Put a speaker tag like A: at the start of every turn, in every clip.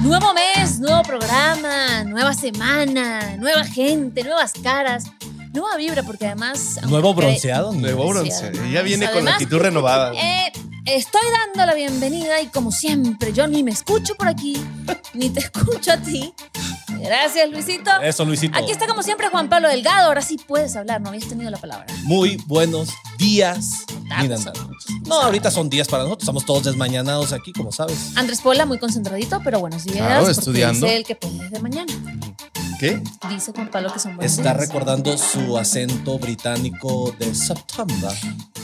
A: Nuevo mes, nuevo programa, nueva semana, nueva gente, nuevas caras, nueva vibra, porque además.
B: Nuevo
A: aunque-
B: bronceado. ¿no?
C: Nuevo bronce.
A: Bronceado, Pues
C: Ya viene con la
A: además.
C: actitud renovada.
A: Eh, estoy dando la bienvenida y como siempre, yo ni me escucho por aquí, ni te escucho a ti. Gracias, Luisito.
B: Eso, Luisito.
A: Aquí está como siempre Juan Pablo Delgado. Ahora sí puedes hablar, no habías tenido la palabra.
B: Muy buenos días.
A: Tardes
B: Mira,
A: son
B: nada. No, ahorita son días para nosotros. Estamos todos desmañanados aquí, como sabes.
A: Andrés Pola, muy concentradito, pero buenos días.
C: Claro,
A: porque
C: estudiando.
A: Dice el que puede de mañana.
C: ¿Qué?
A: Dice Juan Pablo que son buenos
B: Está
A: días.
B: recordando su acento británico de September.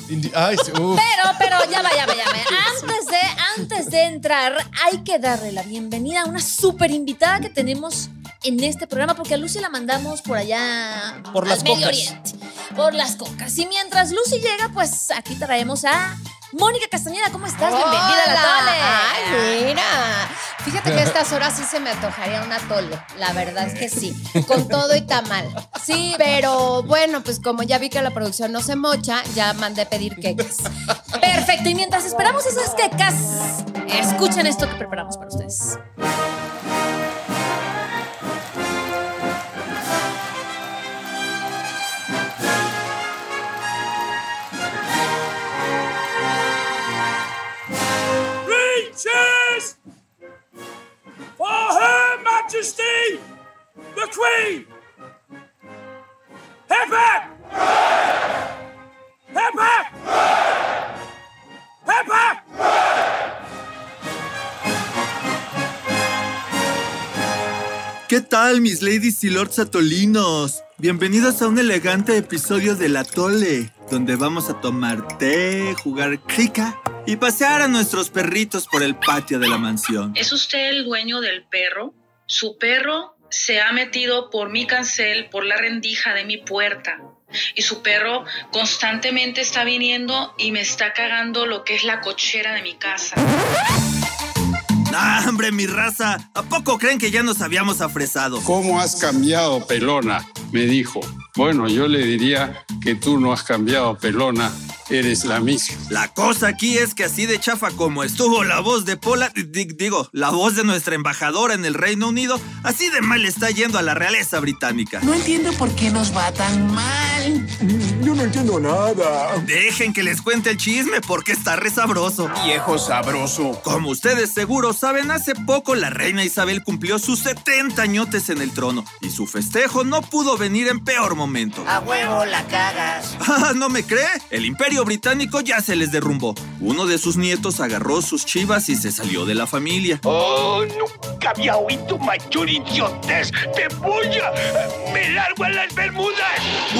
C: Indi- Ay, sí, uf.
A: Pero, pero, ya va, ya va, ya va. Antes de, antes de entrar, hay que darle la bienvenida a una super invitada que tenemos en este programa, porque a Lucy la mandamos por allá.
B: Por
A: al
B: las
A: Medio
B: cocas.
A: Oriente, por las cocas. Y mientras Lucy llega, pues aquí traemos a Mónica Castañeda. ¿Cómo estás? Bienvenida a la Ah.
D: Hola.
A: Tole.
D: Ay, mira. Fíjate que a estas horas sí se me antojaría un atole. La verdad es que sí. Con todo y tamal. Sí, pero bueno, pues como ya vi que la producción no se mocha, ya mandé pedir queques.
A: Perfecto. Y mientras esperamos esas quecas, escuchen esto que preparamos para ustedes.
E: Princess! For Her Majesty, the Queen! Hip hip! Hip hip! Hip hip!
F: ¿Qué tal, mis ladies y lords atolinos? Bienvenidos a un elegante episodio del Atole, donde vamos a tomar té, jugar crica y pasear a nuestros perritos por el patio de la mansión.
G: ¿Es usted el dueño del perro? Su perro se ha metido por mi cancel, por la rendija de mi puerta. Y su perro constantemente está viniendo y me está cagando lo que es la cochera de mi casa.
F: ¡Ah, hombre, mi raza! ¿A poco creen que ya nos habíamos afresado?
H: ¿Cómo has cambiado, pelona? Me dijo. Bueno, yo le diría que tú no has cambiado, pelona. Eres la misma.
F: La cosa aquí es que así de chafa como estuvo la voz de Pola, di- digo, la voz de nuestra embajadora en el Reino Unido, así de mal está yendo a la realeza británica.
I: No entiendo por qué nos va tan mal.
E: Yo no entiendo nada.
F: Dejen que les cuente el chisme porque está re sabroso.
E: Viejo sabroso.
F: Como ustedes seguro saben, hace poco la reina Isabel cumplió sus 70 añotes en el trono y su festejo no pudo venir en peor momento.
I: A huevo la cagas.
F: Ah, ¿No me cree? El imperio británico ya se les derrumbó. Uno de sus nietos agarró sus chivas y se salió de la familia.
E: Oh, nunca había oído mayor idiotez. ¡Te voy a... ¡Me largo a las Bermudas!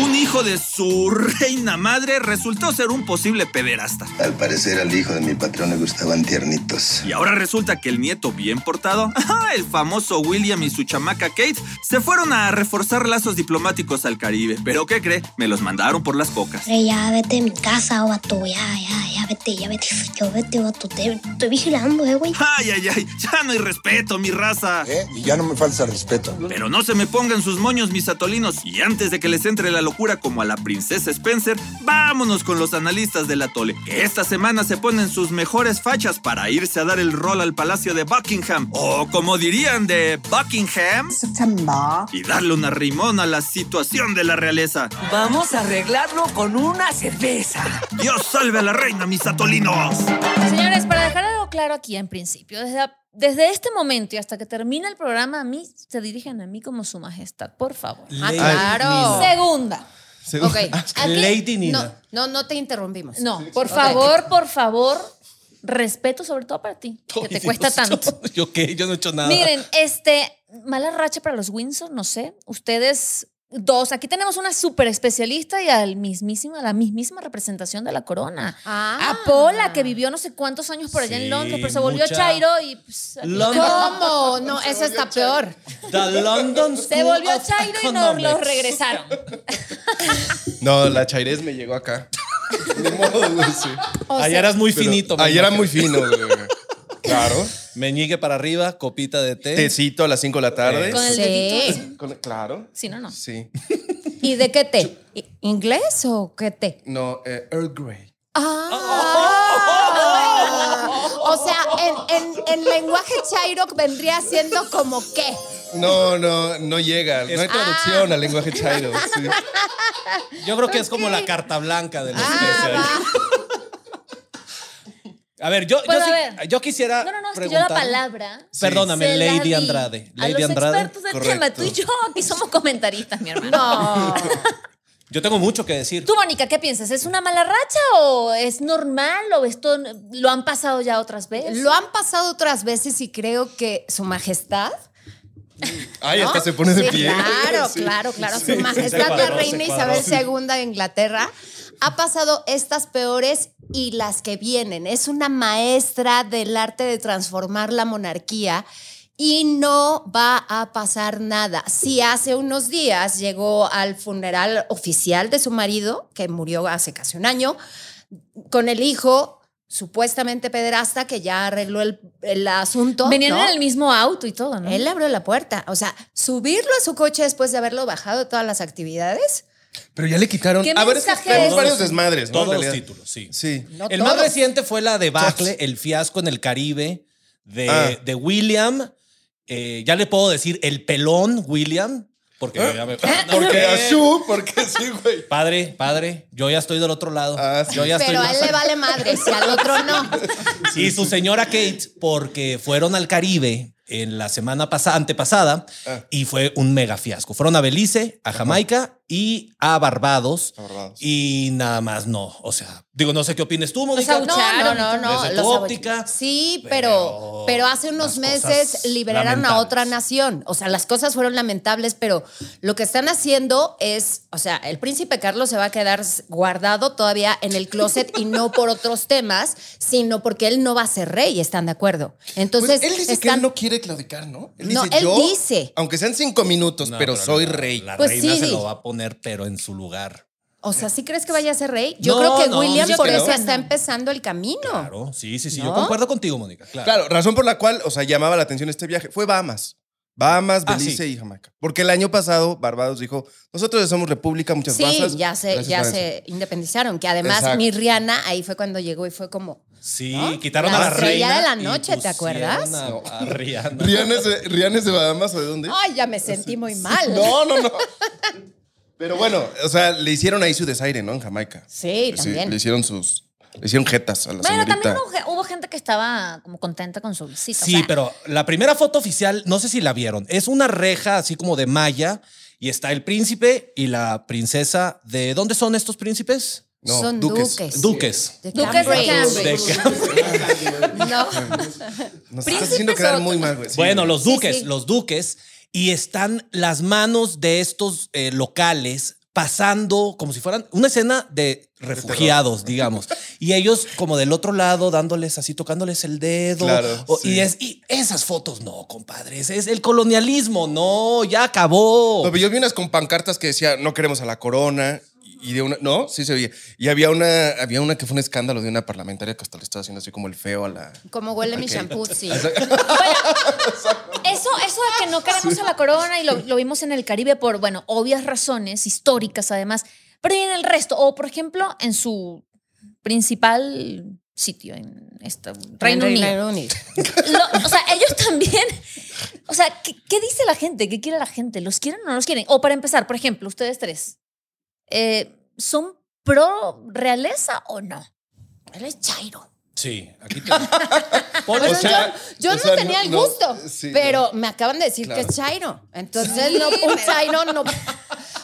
F: Un hijo de su reina madre resultó ser un posible pederasta.
J: Al parecer al hijo de mi patrón le gustaban tiernitos.
F: Y ahora resulta que el nieto bien portado, ajá, el famoso William y su chamaca Kate, se fueron a reforzar lazos diplomáticos al Caribe. Pero ¿qué cree? Me los mandaron por las cocas.
K: ya vete a mi casa, vato. Ya, ya, ya vete, ya vete. Ya vete, vato. Te estoy vigilando, eh, güey.
F: Ay, ay, ay, ya no hay respeto, mi raza.
E: Eh, Y ya no me falta respeto.
F: Pero no se me pongan sus moños, mis atolinos. Y antes de que les entre la locura como a la princesa Spencer, vámonos con los analistas del atole, que esta semana se ponen sus mejores fachas para irse a dar el rol al palacio de Buckingham. O como dirían, de Buckingham. Y darle una rimón a la situación de la realeza.
I: Vamos a arreglarlo con una cerveza.
F: Dios salve a la reina, mis atolinos.
A: Señores, para dejar algo claro aquí en principio, desde, desde este momento y hasta que termine el programa, a mí se dirigen a mí como su majestad, por favor.
D: Ah,
B: Lady
D: claro.
B: Nina. Ah,
A: Segunda.
C: Según-
D: Ok.
A: Aquí-
B: Lady
D: No,
B: Nina.
D: no, no te interrumpimos.
A: No, por
D: Ok.
A: favor, por favor, respeto sobre todo para ti, que
B: Ay,
A: te
B: Dios,
A: cuesta tanto.
B: Yo qué, yo no he hecho nada.
A: Miren, este, mala racha para los Windsor, no sé. Ustedes dos, aquí tenemos una súper especialista y al mismísimo, a la mismísima representación de la corona.
D: Ah.
A: A Pola, que vivió no sé cuántos años por allá
B: Sí,
A: en Londres, pero se volvió
B: mucha-
A: Chairo y... pues, aquí
B: Lon-
A: tenemos-
D: ¿Cómo? No, eso está peor.
B: The London
A: Se
B: School
A: volvió
B: of
A: Chairo y nos
B: Economics.
A: lo regresaron.
C: No, la chairez me llegó acá. Ni modo, güey, sí.
B: Ayer eras muy finito.
C: Pero Ayer
B: meñique.
C: era muy fino, güey. Claro.
B: Meñique para arriba, copita de té.
C: Tecito a las 5 de la tarde.
A: Con el
D: Sí.
A: dedito así.
C: Eh, Con- Claro.
A: Sí, no, no.
C: Sí.
D: ¿Y de qué té? ¿I- ¿Inglés o qué té?
C: No, eh, Earl Grey.
D: Ah. O sea, en, en- en lenguaje Chairo vendría siendo como qué.
C: No, no, no llega.
B: Es-
C: No hay traducción al lenguaje chairo. sí.
B: Yo creo que es como la carta blanca
A: Ah,
B: de la especie. A ver, yo, yo,
A: Bueno,
B: sí-
A: a ver.
B: yo quisiera.
A: No, no, no, es que yo la
B: preguntar-
A: palabra.
B: Perdóname,
A: se la
B: Lady
A: di
B: Andrade.
A: A
B: Lady
A: los
B: Andrade.
A: expertos del
B: correcto.
A: tema, tú y yo aquí somos comentaristas, mi hermano.
D: No.
B: Yo tengo mucho que decir.
A: Tú, Mónica, ¿qué piensas? ¿Es una mala racha o es normal o esto lo han pasado ya otras veces?
D: Lo han pasado otras veces y creo que su majestad.
C: Ay,
D: ¿no?
C: hasta se pone de
D: Sí,
C: pie.
D: Claro,
C: Sí.
D: claro, claro.
C: Sí,
D: su
C: sí,
D: majestad
C: se cuadró,
D: la reina
C: se cuadró.
D: Isabel II de Inglaterra ha pasado estas peores y las que vienen. Es una maestra del arte de transformar la monarquía. Y no va a pasar nada. Si hace unos días llegó al funeral oficial de su marido, que murió hace casi un año, con el hijo supuestamente pederasta que ya arregló el, el asunto.
A: Venían
D: ¿no?
A: en el mismo auto y todo, ¿no?
D: Él abrió la puerta. O sea, subirlo a su coche después de haberlo bajado de todas las actividades.
C: Pero ya le quitaron.
D: ¿Qué
C: A ver, es que
D: mensaje
C: tenemos
D: es?
C: varios desmadres, ¿no? En
B: Todos los
C: realidad.
B: títulos, sí.
C: Sí.
D: No
B: el más
D: todos.
B: reciente fue la debacle, el fiasco en el Caribe de,
C: Ah.
B: de William. Eh, ya le puedo decir el pelón William, porque ya
A: ¿Eh?
B: me-
C: Porque Ashu, porque sí, güey.
B: Padre, padre, yo ya estoy del otro lado.
C: Ah,
B: Yo ya estoy
D: Pero a él le vale madre si al otro no.
B: y su señora Kate, porque fueron al Caribe en la semana pasada, antepasada,
C: Ah.
B: y fue un mega fiasco. Fueron a Belice, a Jamaica y a Barbados.
C: Ah,
B: Y nada más no. O sea, digo, no sé qué opines tú, Mónica.
D: No, no, no, no.
B: Desde
D: los
B: tu
D: abu-
B: óptica.
D: Sí, pero, pero hace unos
B: las cosas
D: meses liberaron a
B: lamentables.
D: otra nación. O sea, las cosas fueron lamentables, pero lo que están haciendo es, o sea, el príncipe Carlos se va a quedar guardado todavía en el closet y no por otros temas, sino porque él no va a ser rey, ¿están de acuerdo? Entonces,
C: Pues él dice que
D: están-
C: él no quiere claudicar, ¿no? Él
D: No,
C: dice
D: él
C: yo,
D: dice.
C: aunque sean cinco minutos,
B: No,
C: Pues, pero, soy
B: la-
C: rey.
B: La
D: Pues
B: reina
D: sí.
B: se lo va a poner, pero en su lugar.
D: O
C: Eh,
D: sea, ¿sí crees que vaya a ser rey? Yo
B: No,
D: creo que
B: no,
D: William
B: yo
D: por
B: creo
D: eso
B: que
D: está empezando el camino.
B: Claro, sí, sí, sí. Yo
D: ¿No?
B: concuerdo contigo, Mónica. Claro.
C: Claro, razón por la cual, o sea, llamaba la atención este viaje fue Bahamas. Bahamas,
B: Ah,
C: Belice
B: sí.
C: y Jamaica. Porque el año pasado Barbados dijo, nosotros ya somos república, muchas
D: Sí,
C: gracias.
D: ya se,
C: Gracias,
D: ya
C: Francia.
D: se independizaron. Que además
C: Exacto.
D: mi Rihanna ahí fue cuando llegó y fue como.
B: Sí,
D: ¿no?
B: quitaron
D: La
B: a la
D: estrella
B: reina.
D: de la
B: y
D: noche, ¿te acuerdas?
B: pusieron A, a Rihanna.
C: ¿Rihanna es, de, Rihanna es de Bahamas o de dónde?
D: Ay, ya me sentí muy mal.
C: No, no, no. Pero bueno, o sea, le hicieron ahí su desaire, ¿no? En Jamaica.
D: Sí,
C: le
D: también.
C: hicieron sus. Le hicieron jetas a la
A: Bueno,
C: señorita.
A: también hubo, ge- hubo gente que estaba como contenta con su visita. o
B: Sí,
A: sea,
B: pero la primera foto oficial, no sé si la vieron, es una reja así como de malla y está el príncipe y la princesa. ¿De dónde son estos príncipes?
C: No,
D: Son
C: duques.
D: duques.
B: Duques.
D: De
A: Duques de
D: Cambridge.
A: Cambridge.
B: De Cam-
D: No.
C: Nos
A: Príncipes
C: estás haciendo quedar
A: o-
C: muy mal, güey. Sí.
B: Bueno, los
A: Sí,
B: duques,
A: sí.
B: los duques, y están las manos de estos eh, locales pasando como si fueran una escena de refugiados, digamos, y ellos como del otro lado dándoles así, tocándoles el dedo,
C: Claro,
B: o-
C: sí.
B: y, es, y esas fotos no, compadres, es el colonialismo, no, ya acabó.
C: No, pero yo vi unas con pancartas que decía no queremos a la corona y de una no sí se veía y había una había una que fue un escándalo de una parlamentaria que hasta le estaba haciendo así como el feo a la
D: Como huele mi shampoo, sí.
A: Eso, eso de que no queremos a la corona y lo, lo vimos en el Caribe por, bueno, obvias razones históricas además, pero y en el resto, o por ejemplo, en su principal sitio, en este, Reino Unido. Lo- o sea, ellos también, o sea, ¿qué, qué dice la gente? ¿Qué quiere la gente? ¿Los quieren o no los quieren? O para empezar, por ejemplo, ustedes tres, eh, ¿son pro realeza o no? Él es Chairo.
B: Sí, aquí te... Polo,
D: Bueno,
C: O sea,
D: yo yo
C: o
D: no
C: sea,
D: tenía
C: no-
D: el
C: no,
D: gusto,
C: sí,
D: pero me acaban de decir
C: Claro.
D: que es Chairo. Entonces, no, un Chairo no.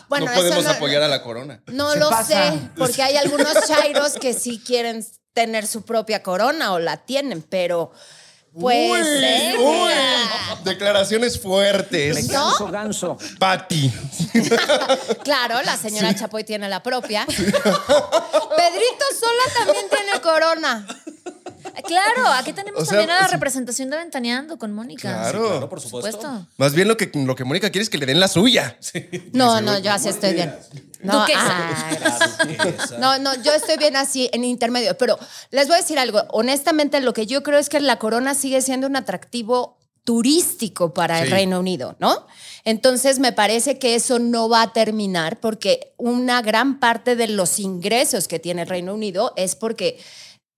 D: Bueno,
C: no
D: eso
C: podemos apoyar a la corona
D: No
I: Se
D: lo
I: pasa.
D: sé, porque hay algunos chairos que sí quieren tener su propia corona o la tienen, pero pues
C: uy,
D: eh,
C: uy,
D: mira.
C: declaraciones fuertes
D: ¿No?
I: ganso.
C: Pati
D: claro, la señora Chapoy tiene la propia. Pedrito Sola también tiene corona.
A: Claro, aquí tenemos
C: O sea,
A: también a la
C: sí.
A: representación de Ventaneando con Mónica.
C: Claro.
B: claro, por
A: Por
B: supuesto.
A: supuesto.
C: más bien lo que lo que Mónica quiere es que le den la suya
D: No, no, yo así estoy bien. No,
A: Duquesa.
D: ah,
B: Duquesa.
D: No, no, yo estoy bien así en intermedio, pero les voy a decir algo. Honestamente, lo que yo creo es que la corona sigue siendo un atractivo turístico para el
C: Sí.
D: Reino Unido, ¿no? Entonces me parece que eso no va a terminar porque una gran parte de los ingresos que tiene el Reino Unido es porque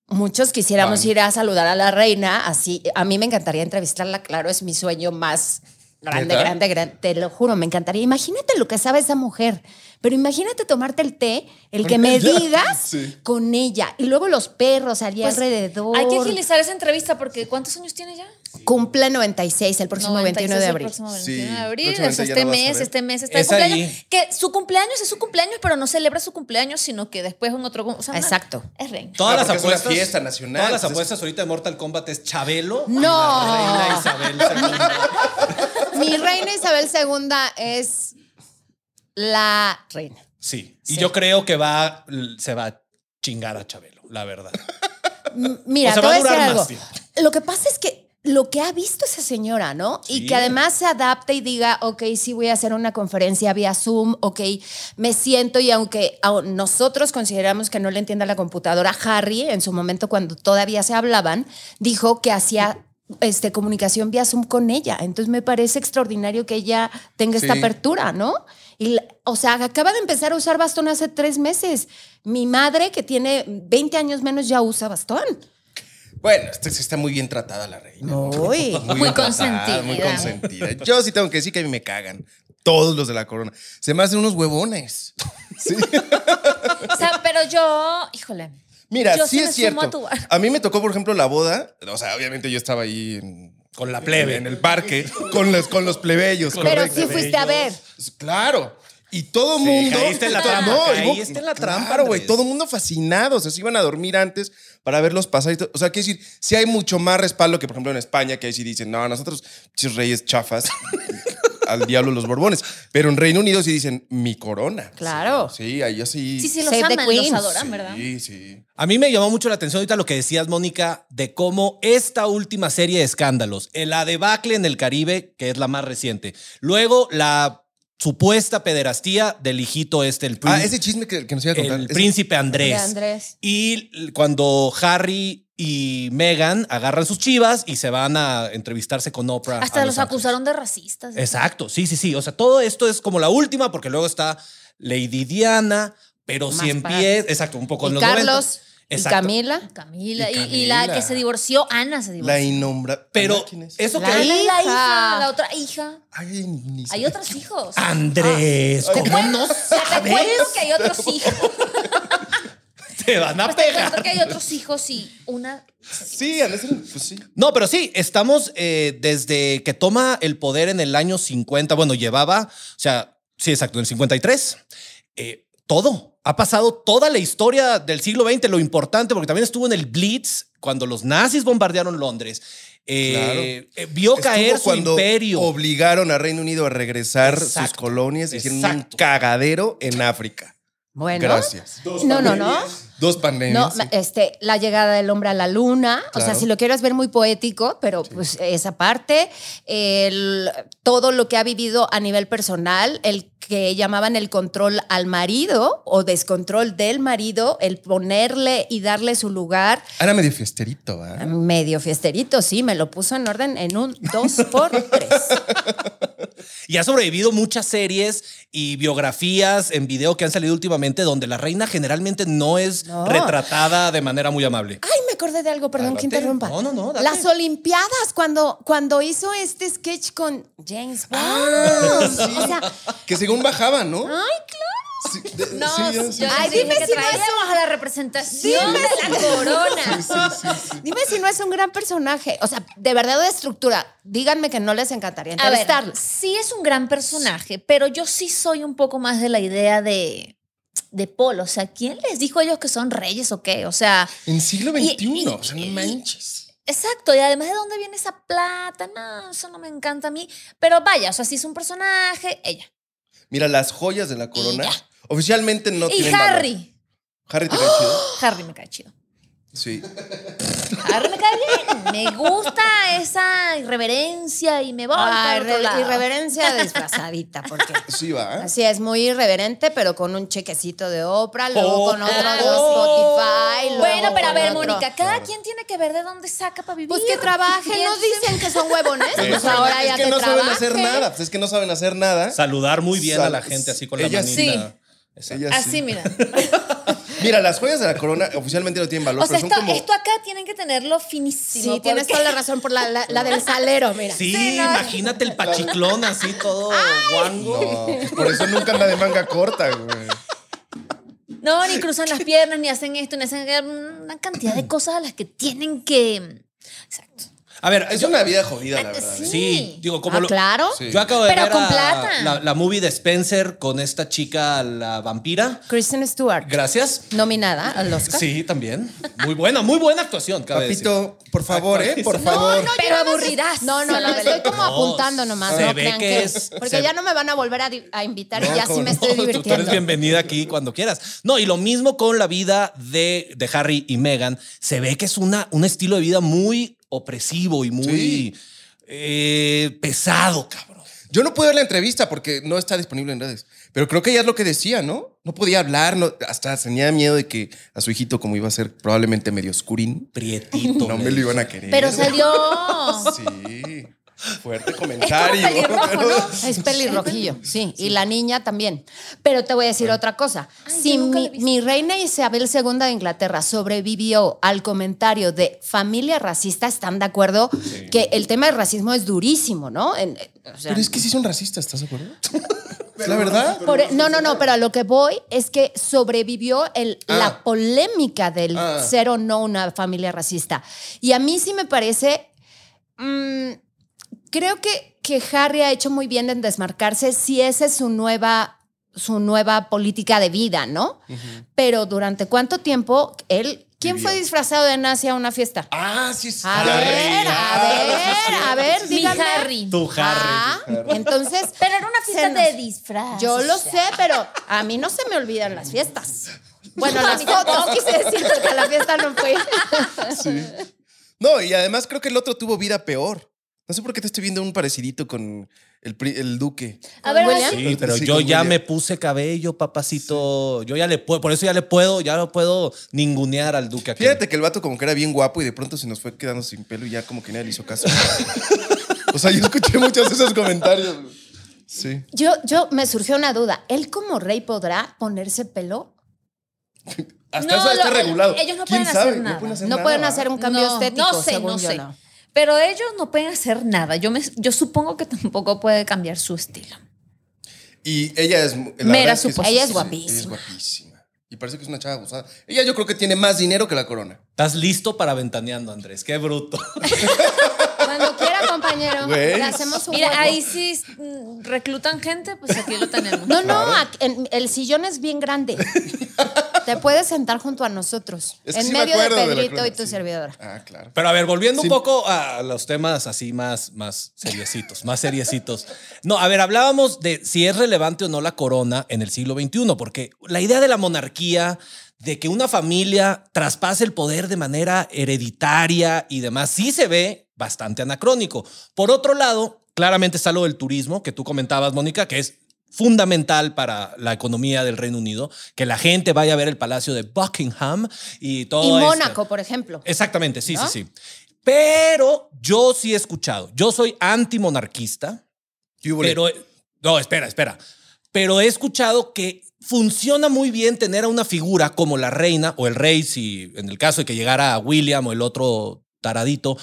D: Muchos quisiéramos
C: Van.
D: ir a saludar a la reina, así. A mí me encantaría entrevistarla, claro, es mi sueño más grande,
C: ¿Neta?
D: grande, grande. Te lo juro, me encantaría. Imagínate lo que sabe esa mujer, pero imagínate tomarte el té, el que me digas
C: Sí.
D: con ella, y luego los perros allí
A: Pues,
D: alrededor.
A: Hay que agilizar esa entrevista porque ¿cuántos años tiene ya?
D: Cumple 96 el próximo 21
A: 96,
D: de
A: el
D: abril.
A: próximo
C: Sí,
A: 21 de abril, o
C: próximamente
A: sea,
C: ya
A: este
C: lo vas a
A: mes,
C: ver.
A: este mes está de
B: Es ahí.
A: cumpleaños. Que su cumpleaños es su cumpleaños, pero no celebra su cumpleaños, sino que después en otro. o sea, una-
D: Exacto.
A: Es reina.
B: Todas
C: Ah,
B: las
C: porque es una
B: apuestas.
C: fiesta nacional,
B: Todas las
C: entonces-
B: apuestas ahorita de Mortal Kombat es Chabelo. y
D: No.
B: la reina Isabel II.
D: Mi reina Isabel II es la reina.
B: Sí. Y
D: Sí.
B: yo creo que va, se va a chingar a Chabelo, la verdad.
D: M- Mira,
B: O sea,
D: te
B: va a
D: voy a decir
B: durar
D: algo.
B: más
D: Lo que pasa es que lo que ha visto esa señora, ¿no?
B: Sí.
D: Y que además se adapte y diga, ok, sí voy a hacer una conferencia vía Zoom, ok, me siento y aunque au- nosotros consideramos que no le entienda la computadora, Harry en su momento cuando todavía se hablaban, dijo que hacía este, comunicación vía Zoom con ella. Entonces me parece extraordinario que ella tenga esta
C: Sí.
D: apertura, ¿no? Y, la- o sea, acaba de empezar a usar bastón hace tres meses. Mi madre, que tiene 20 años menos, ya usa bastón.
C: Bueno, este sí está muy bien tratada la reina.
D: Muy.
A: Muy
C: bien tratada,
A: consentida.
C: Muy consentida. Yo sí tengo que decir que a mí me cagan. Todos los de la corona. Se me hacen unos huevones. Sí.
A: O sea, pero yo, híjole.
C: Mira,
A: Yo
C: sí
A: sí
C: es
A: me sumo
C: cierto.
A: a tu-
C: A mí me tocó, por ejemplo, la boda. O sea, obviamente yo estaba ahí en-
B: Con la plebe.
C: en el parque con los, con los plebeyos.
D: Pero
C: correcto.
D: sí fuiste a ver.
C: Claro. Y todo
B: Sí,
C: mundo.
B: caíste en la trampa,
C: y vos-
B: caíste en la trampa,
C: Claro, güey.
B: Andrés.
C: Todo mundo fascinado. O sea, se iban a dormir antes para verlos pasar. y todo. O sea, quiero decir, sí hay mucho más respaldo que, por ejemplo, en España, que ahí sí dicen, no, nosotros, chis reyes chafas, al diablo los borbones. Pero en Reino Unido sí dicen, mi corona.
D: Claro.
C: Sí, ahí yo sí.
A: Sí, sí, los
D: Save the
A: aman, los
D: Queen.
A: adoran, ¿verdad?
C: Sí, sí.
B: A mí me llamó mucho la atención ahorita lo que decías, Mónica, de cómo esta última serie de escándalos, eh, la debacle en el Caribe, que es la más reciente, luego la supuesta pederastía del hijito este, el, prín-
C: Ah, ese chisme que, que nos iba a
B: el
C: contar. ese-
B: príncipe
D: De
B: Andrés.
D: Andrés.
B: Y l- cuando Harry y Meghan agarran sus chivas y se van a entrevistarse con Oprah.
A: Hasta
B: a
A: los
B: Ángeles.
A: acusaron de racistas.
B: Exacto, sí, sí, sí. O sea, todo esto es como la última, porque luego está Lady Diana, pero
D: Más
B: si
D: para-
B: empieza, exacto, un poco en
D: Y
B: los 90.
D: Carlos. Y
B: Exacto.
D: Camila.
A: Camila.
C: Y
A: Y, y la
C: Camila.
A: que se divorció, Ana se
C: La
A: divorció.
C: innombra.
B: Pero
C: ¿Quién es?
B: eso
D: La
B: que...
A: Ana es la
D: hija.
A: hija, la otra hija.
C: Ay, ni- ni
A: Hay
C: sé.
A: otros hijos.
C: Ah,
D: Ah.
B: Andrés, ¿cómo no
A: Ya te cuento
B: sabes?
A: que hay otros hijos.
B: Te van a
A: Pues te cuento
B: pegar.
A: que hay otros hijos y una.
C: Sí, Andrés, pues sí.
B: No, pero sí, estamos eh, desde que toma el poder en el año 50, bueno, llevaba, o sea, sí, exacto, en el 53, eh, todo, ha pasado toda la historia del siglo XX, lo importante, porque también estuvo en el Blitz, cuando los nazis bombardearon Londres, Eh, eh, vio
C: Estuvo
B: caer su
C: cuando
B: imperio.
C: Obligaron a Reino Unido a regresar sus
B: Exacto.
C: colonias, hicieron un
B: Exacto.
C: cagadero en África.
D: Bueno.
C: Gracias.
D: No, no, no.
C: Dos
D: No,
C: pandemias. sí.
D: este, la llegada del hombre a la luna, o sea,
C: Claro.
D: si lo quieres ver muy poético, pero pues esa parte, el- todo lo que ha vivido a nivel personal, el que llamaban el control al marido o descontrol del marido, el ponerle y darle su lugar,
C: Era medio fiesterito, ¿verdad?
D: medio fiesterito, sí, me lo puso en orden en un dos por tres.
B: Y ha sobrevivido muchas series y biografías en video que han salido últimamente donde la reina generalmente no es
D: No.
B: retratada de manera muy amable.
D: Ay, me acordé de algo, perdón que
B: Adelante.
D: interrumpa.
B: No, no, no, date.
D: Las Olimpiadas, cuando, cuando hizo este sketch con James Bond.
C: Ah,
D: O sea,
C: Que según bajaba, ¿no?
D: ay, claro.
C: Sí, de-
A: No,
C: sí, yo- sí.
A: yo
D: Ay,
A: dije
D: dime
A: que
D: si no
A: traíamos a la representación
D: Dime
A: de la corona.
D: Dime si no es un gran personaje. O sea, de verdad de estructura. Díganme que no les encantaría
A: A ver,
D: entrevistarlo.
A: sí es un gran personaje, pero yo sí soy un poco más de la idea de, de Paul. O sea, ¿quién les dijo a ellos que son reyes o qué? O sea,
C: En siglo
A: Y-
C: XXI.
A: y-
C: o sea, no
A: y-
C: manches.
A: exacto. Y además, ¿de dónde viene esa plata? No, eso no me encanta a mí. Pero vaya, o sea, sí es un personaje, ella.
C: Mira, las joyas de la corona
A: ya.
C: oficialmente no
A: y
C: tienen
A: Harry.
C: valor. Harry te cae chido.
A: Harry me cae chido.
C: Sí.
A: Harry me cae bien. Me gusta esa irreverencia y me voy
D: Ay,
C: Ah,
A: para otro
D: irre-
A: lado.
D: irreverencia disfrazadita, porque
C: Sí, va.
D: así es muy irreverente, pero con un chequecito de Oprah, luego
B: Oh,
D: con otro de
B: claro.
D: Spotify. luego
A: Bueno, pero a
D: con
A: ver,
D: otro.
A: Mónica, cada quien tiene que ver de dónde saca para vivir.
D: Pues que trabajen,
A: ¿Quién
D: no
A: se-
D: dicen que son huevones,
C: Sí.
D: pues ahora
C: es
D: ya
C: que
D: que
C: no saben
D: trabajen.
C: hacer nada. Pues es que no saben hacer nada.
B: Saludar muy bien
C: Sal-
B: a la gente así con la
C: Ella
B: manita.
A: sí.
B: Exacto.
C: Ella
A: Así, mira.
C: Mira, las joyas de la corona oficialmente no tienen valor,
A: O sea,
C: pero
A: esto,
C: son como.
A: esto acá tienen que tenerlo finísimo.
D: Sí, tienes
A: porque-
D: toda la razón por la, la- la del salero, mira.
B: Sí,
A: Sí, no.
B: imagínate el pachiclón así todo guango.
C: No, por eso nunca anda de manga corta, güey.
A: No, ni cruzan las piernas, ni hacen esto, ni hacen aquello. una cantidad de cosas a las que tienen que. Exacto.
B: A ver,
C: Es
B: yo-
C: una vida jodida, la verdad.
A: Ah,
C: ¿eh?
A: Sí.
B: Sí, digo, como
A: Ah,
B: lo-
A: claro.
C: Sí.
B: Yo acabo de
A: Pero
B: ver
A: con
B: a-
A: plata.
B: La, la movie de Spencer con esta chica, la vampira.
D: Kristen Stewart,
B: Gracias.
D: nominada al Oscar.
B: Sí, también. Muy buena, muy buena actuación, cabe decir.
C: Papito, por favor, ¿eh? Por favor.
A: no,
D: Pero
A: yo nada más-
D: aburridas. No, no, no,
A: Sí.
D: estoy como
B: No,
D: apuntando nomás.
B: se
D: no
B: ve
D: crean
B: que
D: que,
B: es-
D: Porque
B: se-
D: ya no me van a volver a, di- a invitar
C: No,
D: y ya sí
C: cómo no,
D: me estoy
B: Tú- Tú
D: divirtiendo.
B: eres bienvenida aquí cuando quieras. No, y lo mismo con la vida de, de Harry y Meghan. Se ve que es una, un estilo de vida muy opresivo y muy
C: Sí.
B: eh, pesado, cabrón.
C: Yo no pude ver la entrevista porque no está disponible en redes. Pero creo que ella es lo que decía, ¿no? No podía hablar, no- hasta tenía miedo de que a su hijito, como iba a ser probablemente medio oscurín,
B: Prietito.
C: no me lo iban a querer.
A: Pero salió.
C: Sí. Fuerte
A: Es como
C: comentario.
A: pelirrojo,
C: pero-
A: ¿no?
D: Es pelirrojillo, sí. Y la niña también. Pero te voy a decir otra cosa.
A: Ay,
D: si
A: yo nunca la
D: mi,
A: he visto.
D: mi reina Isabel II de Inglaterra sobrevivió al comentario de familia racista, ¿están de acuerdo? Que el tema del racismo es durísimo, ¿no? En- o sea,
C: Pero es que sí son racistas, ¿estás de acuerdo? Es la verdad.
D: por- e-, no, no, no, pero a lo que voy es que sobrevivió el-
C: Ah.
D: la polémica del
C: Ah.
D: ser o no una familia racista. Y a mí sí me parece. mm, creo que, que Harry ha hecho muy bien en desmarcarse si esa es su nueva, su nueva política de vida, ¿no? Pero durante cuánto tiempo él. ¿Quién fue disfrazado de nazi a una fiesta?
C: Ah, sí, sí.
D: A
C: La
D: ver,
C: reina.
D: a ver, a ver,
A: Mi
D: díganme.
A: Harry.
B: Tu
D: Ah,
B: Harry.
D: entonces.
A: Pero era una
D: se
A: fiesta
D: nos-
A: de disfraz.
D: yo lo
A: o sea.
D: sé, pero a mí no se me olvidan las fiestas. Bueno,
A: No, a
D: las
A: mí tampoco.
D: fotos quise decir porque a la fiesta no fui.
C: No, y además creo que el otro tuvo vida peor. No sé por qué te estoy viendo un parecidito con el, pri- el duque.
A: A ver,
D: William.
A: ahora sí.
B: Sí, pero
C: Sí,
B: yo
C: con
B: ya
C: William.
B: me puse cabello, papacito. Yo ya le puedo, por eso ya le puedo, ya no puedo ningunear al duque aquí.
C: Fíjate que el vato como que era bien guapo y de pronto se nos fue quedando sin pelo y ya como que nadie le hizo caso. o sea, yo escuché muchos de esos comentarios. Sí.
D: Yo, yo me surgió una duda. ¿Él como rey podrá ponerse pelo?
C: Hasta
A: No,
C: eso está
A: lo-
D: eh,
C: regulado.
A: ellos no
C: ¿Quién
A: pueden
C: sabe?
A: hacer nada.
C: No pueden hacer
D: No
C: nada,
D: pueden
C: ¿va?
D: hacer un cambio estético.
A: No sé,
D: según
A: no
D: yo,
A: sé. Pero ellos no pueden hacer nada. Yo, me, yo supongo que tampoco puede cambiar su estilo.
C: Y ella es... la
A: Mera
C: verdad es que
A: suposición.
D: Ella es
C: sí,
D: guapísima.
C: ella es guapísima. Y parece que es una chava abusada. Ella yo creo que tiene más dinero que la corona.
B: Estás listo para ventaneando, Andrés. Qué bruto.
D: Cuando quiera, compañero,
C: Güey.
D: le hacemos un
A: Mira,
D: juego.
A: ahí sí mm, reclutan gente, pues aquí lo tenemos.
D: No, no, aquí- en- el sillón es bien grande. Te puedes sentar junto a nosotros.
C: Es que
D: en
C: sí me
D: medio de
C: acuerdo de la
D: Pedrito
C: corona,
D: y tu
C: sí.
D: servidora.
C: Ah, claro.
B: Pero a ver, volviendo un poco a los temas así más, más seriecitos, más seriecitos. No, a ver, hablábamos de si es relevante o no la corona en el siglo XXI, porque la idea de la monarquía, de que una familia traspase el poder de manera hereditaria y demás, sí se ve bastante anacrónico. Por otro lado, claramente está lo del turismo que tú comentabas, Mónica, que es fundamental para la economía del Reino Unido, que la gente vaya a ver el Palacio de Buckingham y todo
D: Y
B: esto.
D: Mónaco, por ejemplo.
B: Exactamente, sí,
D: ¿No?
B: sí, sí. Pero yo sí he escuchado, yo soy antimonarquista,
C: ¿Qué hubo?
B: pero... No, espera, espera. Pero he escuchado que funciona muy bien tener a una figura como la reina o el rey, si en el caso de que llegara William o el otro taradito,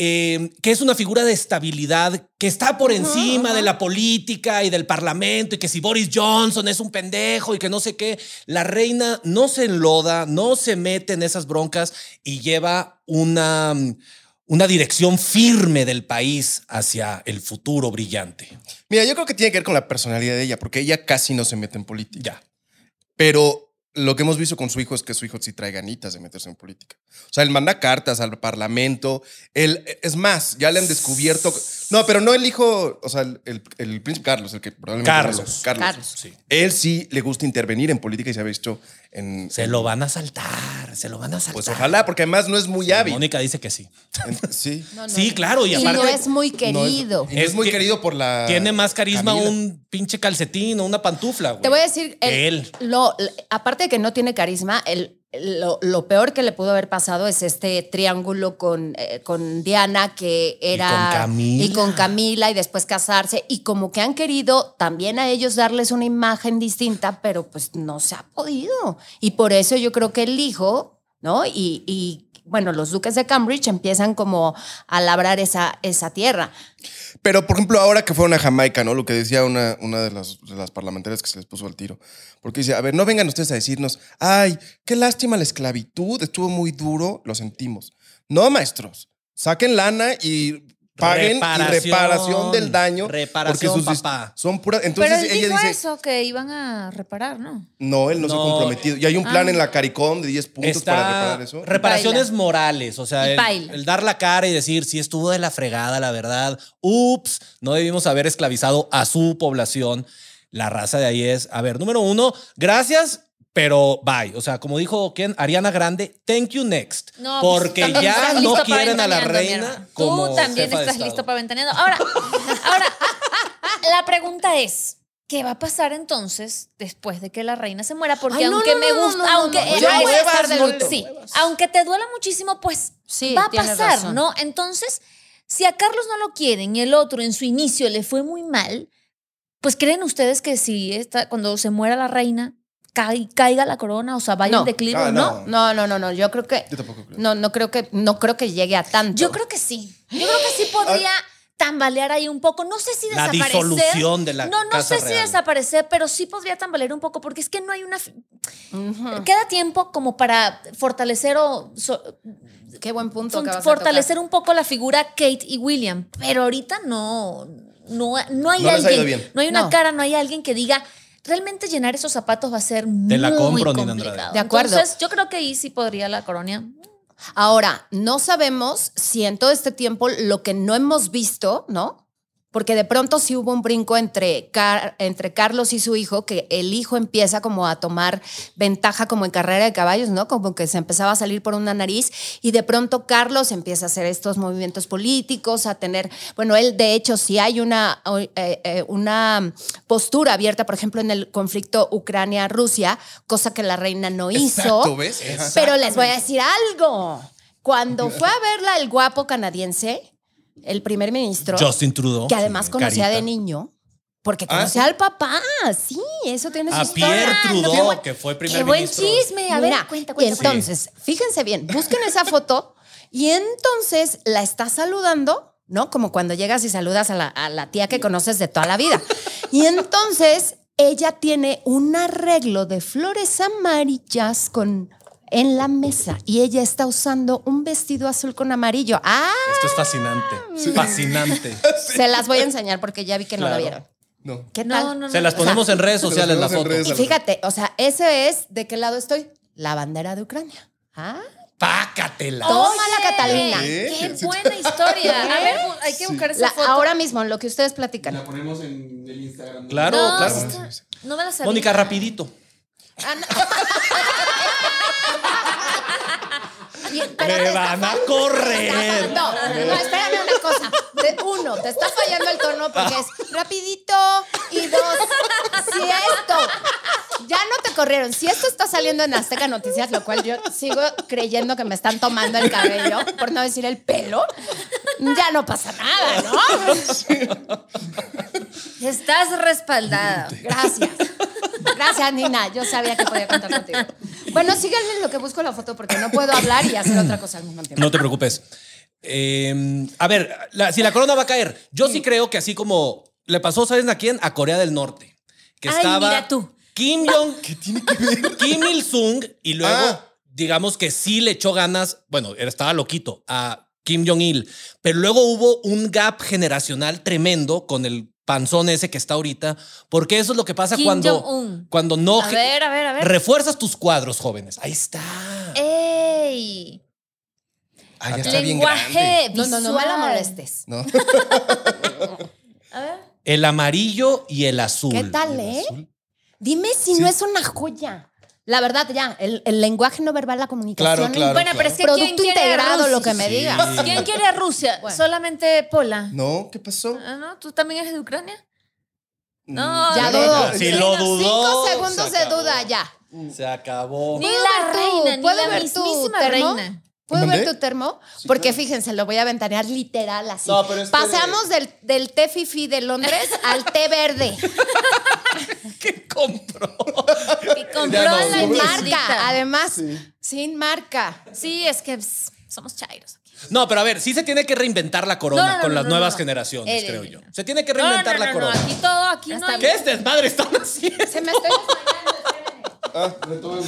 B: eh, que es una figura de estabilidad que está por encima de la política y del parlamento y que si Boris Johnson es un pendejo y que no sé qué, la reina no se enloda, no se mete en esas broncas y lleva una, una dirección firme del país hacia el futuro brillante.
C: Mira, yo creo que tiene que ver con la personalidad de ella, porque ella casi no se mete en política.
B: Ya.
C: Pero lo que hemos visto con su hijo es que su hijo sí trae ganitas de meterse en política. O sea, él manda cartas al parlamento. Él, e, es más, ya le han descubierto. No, pero no el hijo, o sea, el, el- el príncipe Carlos, el que probablemente.
B: Carlos.
C: Carlos.
D: Carlos.
B: Sí.
C: Él sí le gusta intervenir en política y se ha visto en.
B: Se lo van a saltar, se lo van a saltar.
C: Pues ojalá, porque además no es muy hábil.
B: Mónica dice que sí.
C: En- Sí.
D: No, no.
B: Sí, claro, y
D: Y
B: aparte
D: no es muy
C: No es-
D: querido.
C: y no es,
B: Es
C: muy
B: que
C: querido por la.
B: tiene más carisma
C: Camila.
B: un pinche calcetín o una pantufla. güey.
D: Te voy a decir. el-
B: Él.
D: Lo, l- aparte de que no tiene carisma, el, lo, lo peor que le pudo haber pasado es este triángulo con, eh, con Diana, que era.
B: con Camila.
D: Y con Camila, y después casarse. Y como que han querido también a ellos darles una imagen distinta, pero pues no se ha podido. Y por eso yo creo que el hijo, ¿no? Y. y, bueno, los duques de Cambridge empiezan como a labrar esa, esa tierra.
C: Pero, por ejemplo, ahora que fueron a Jamaica, ¿no? Lo que decía una, una de, las, de las parlamentarias que se les puso al tiro. Porque dice, a ver, no vengan ustedes a decirnos, ay, qué lástima la esclavitud, estuvo muy duro, lo sentimos. No, maestros, saquen lana y paguen y reparación,
B: Reparación.
C: del daño.
B: Reparación,
C: dis-
B: papá.
C: Son puras... Entonces
A: Pero él
C: ella
A: dijo
C: dice,
A: eso, que iban a reparar, ¿no?
C: no, él no, se ha
B: No.
C: comprometido. Y hay un plan
A: Ah.
C: en la CARICOM de 10 puntos
B: Está
C: para reparar eso.
B: reparaciones
A: Baila.
B: morales, o sea,
A: Y
B: el,
A: baila.
B: el dar la cara y decir, sí estuvo de la fregada, la verdad, ups, no debimos haber esclavizado a su población. La raza de ahí es, a ver, número uno, gracias, pero bye. O sea, como dijo ¿quién? Ariana Grande, thank you next.
A: No, pues,
B: porque
A: también
B: ya
A: estás
B: no
A: listo para
B: quieren a la
A: ventaneando, mi
B: reina.
A: hermano.
B: Como
A: Tú también
B: jefa de
A: estás
B: Estado.
A: listo para ventaneando. Ahora, ahora, la pregunta es. ¿Qué va a pasar entonces después de que la reina se muera? Porque
D: Ay, no,
A: aunque
D: no,
A: me
D: no, no,
A: gusta,
D: no, no,
A: aunque
D: no,
A: eh,
D: ya
A: ahí
D: muevas,
A: está el
D: no
A: dolor.
D: te
A: Sí, aunque te duela muchísimo, pues
D: Sí,
A: va a
D: tienes
A: pasar,
D: razón.
A: ¿no? Entonces, si a Carlos no lo quieren y el otro en su inicio le fue muy mal, pues creen ustedes que si esta, cuando se muera la reina cai- caiga la corona, o sea, vaya
D: No.
A: en declive,
C: Ah,
A: o
C: no.
A: no.
D: No, no, no, no. Yo creo que.
C: Yo tampoco creo.
D: No, no creo que, no creo que llegue a tanto.
A: Yo creo que sí. Yo creo que sí podría tambalear ahí un poco. No sé si
B: La
A: desaparecer.
B: disolución de la
A: No, no
B: Casa
A: sé si
B: Real.
A: desaparecer, pero sí podría tambalear un poco porque es que no hay una.
D: Ujú.
A: Queda tiempo como para fortalecer o so-
D: Qué buen punto. que vas a
A: fortalecer un poco la figura Kate y William, pero ahorita no. No, no hay
C: No les ha ido
A: alguien.
C: bien.
A: No hay una
D: No.
A: cara, no hay alguien que diga. Realmente llenar esos zapatos va a ser
B: la
A: muy
B: compro, Nina Andrade.
A: complicado.
D: De acuerdo.
A: Entonces, yo creo que ahí sí podría la colonia.
D: tocar. Ahora, no sabemos si en todo este tiempo lo que no hemos visto, ¿no? Porque de pronto sí hubo un brinco entre, Car- entre Carlos y su hijo, que el hijo empieza como a tomar ventaja como en carrera de caballos, ¿no? Como que se empezaba a salir por una nariz y de pronto Carlos empieza a hacer estos movimientos políticos, a tener, bueno, él de hecho sí hay una, eh, eh, una postura abierta, por ejemplo, en el conflicto Ucrania-Rusia, cosa que la reina no hizo.
C: Exacto, ¿ves?
D: Pero les voy a decir algo. Cuando fue a verla el guapo canadiense, el primer ministro,
B: Justin Trudeau.
D: que además
B: sí,
D: conocía
B: carita.
D: de niño, porque
C: Ah,
D: conocía
C: ¿sí?
D: al papá. Sí, eso tiene su
B: A
D: historia.
B: Pierre
D: No,
B: Trudeau,
D: qué buen-
B: que fue primer
A: Qué buen
B: ministro.
A: chisme. A ver,
D: Mira,
A: cuenta,
D: y
A: cuenta. cuenta.
D: entonces, fíjense bien, busquen esa foto y entonces la está saludando, ¿no? Como cuando llegas y saludas a la, a la tía que conoces de toda la vida. Y entonces ella tiene un arreglo de flores amarillas con en la mesa y ella está usando un vestido azul con amarillo. Ah,
B: Esto es fascinante. Fascinante.
D: se las voy a enseñar porque ya vi que no la
B: Claro.
D: vieron.
C: No.
D: ¿Qué tal?
A: No, no, no.
B: Se las
A: o sea,
B: ponemos en redes sociales la
C: ponemos en
B: foto.
C: redes.
D: Y fíjate, o sea, ese es de qué lado estoy. La bandera de Ucrania. Ah.
B: Pácatela.
D: Toma la
A: Oye,
D: Catalina.
A: Qué buena historia. A ver, bu- hay que buscar esa
D: La-
A: foto.
D: ahora mismo, en lo que ustedes platican.
H: ponemos en el Instagram.
B: Claro,
A: no,
B: claro.
A: sí está- no me la sabía.
B: Mónica, rapidito.
A: Ah,
D: Y- pero te
B: Me
D: está
B: van a
D: fallando.
B: correr.
D: No, no, espérame una cosa. De uno, te está fallando el tono porque es rapidito. Y dos, si esto ya no te corrieron, si esto está saliendo en Azteca Noticias, lo cual yo sigo creyendo que me están tomando el cabello, por no decir el pelo, ya no pasa nada, ¿no?
A: Estás respaldada.
D: Gracias. Gracias, Nina. Yo sabía que podía contar contigo. Bueno, síganme en lo que busco la foto porque no puedo hablar y hacer otra cosa al mismo tiempo.
B: No te preocupes. Eh, a ver, la- si la corona va a caer, yo sí creo que así como le pasó, ¿sabes a quién? A Corea del Norte. Que
A: Ay,
B: estaba
A: mira tú. Ah.
B: Kim Jong, Kim Il Sung y luego
C: Ah.
B: digamos que sí le echó ganas, bueno, era- estaba loquito a Kim Jong Il, pero luego hubo un gap generacional tremendo con el panzón ese que está ahorita, porque eso es lo que pasa
A: Kim
B: cuando
A: Jong-un.
B: cuando no
A: A ver, a ver, a ver.
B: refuerzas tus cuadros jóvenes. Ahí está.
A: ¡Ey!
C: Ah, ya está bien grande.
A: Lenguaje
D: No, no, no me la
A: visual.
D: molestes.
C: No.
A: A ver.
B: El amarillo y el azul.
D: ¿Qué tal, eh? Dime si no es una joya. La verdad, ya, el, el lenguaje no verbal, la comunicación.
C: Claro, claro.
A: bueno, pero es que ¿quién
D: Producto
A: quiere a
D: integrado,
A: Rusia?
D: lo que me
B: Sí.
D: digas.
A: ¿Quién quiere a Rusia?
D: Bueno.
A: Solamente Pola.
C: No, ¿qué pasó?
A: Ah, ¿No? ¿Tú también eres de Ucrania? No,
D: Ya
A: no,
D: dudo.
B: Si Mm, lo dudó,
D: Cinco
B: se
D: segundos de
B: acabó.
D: duda, ya.
B: Se acabó.
A: Ni
D: ¿Puedo
A: la
D: ver tú?
A: reina, ni
D: ¿Puedo
A: la
D: ver tu
A: mismísima
D: termo?
A: reina.
D: ¿Puedo ver
C: ¿Mandé?
D: tu termo? Porque fíjense, lo voy a aventanear literal así.
C: No, pero este
D: Pasamos del, del té fifi de Londres al té verde.
B: ¿Qué compró?
A: Y compró
C: Ya no,
A: la
D: Sin
C: Pobrecita.
D: marca,
A: marca.
D: además. Sin marca.
A: Sí, es que pss, somos chairos. aquí.
B: No, pero a ver, sí se tiene que reinventar la corona
A: No, no,
B: con
A: no,
B: las
A: no,
B: nuevas
A: no.
B: generaciones,
A: Eh,
B: creo
A: eh,
B: yo. Se tiene que
A: No, no,
B: reinventar
A: no,
B: la
A: no,
B: corona.
A: aquí todo, aquí no
D: Hasta
A: hay.
B: ¿Qué es desmadre están haciendo?
D: Se me estoy desmayando.
C: Ah, retomemos.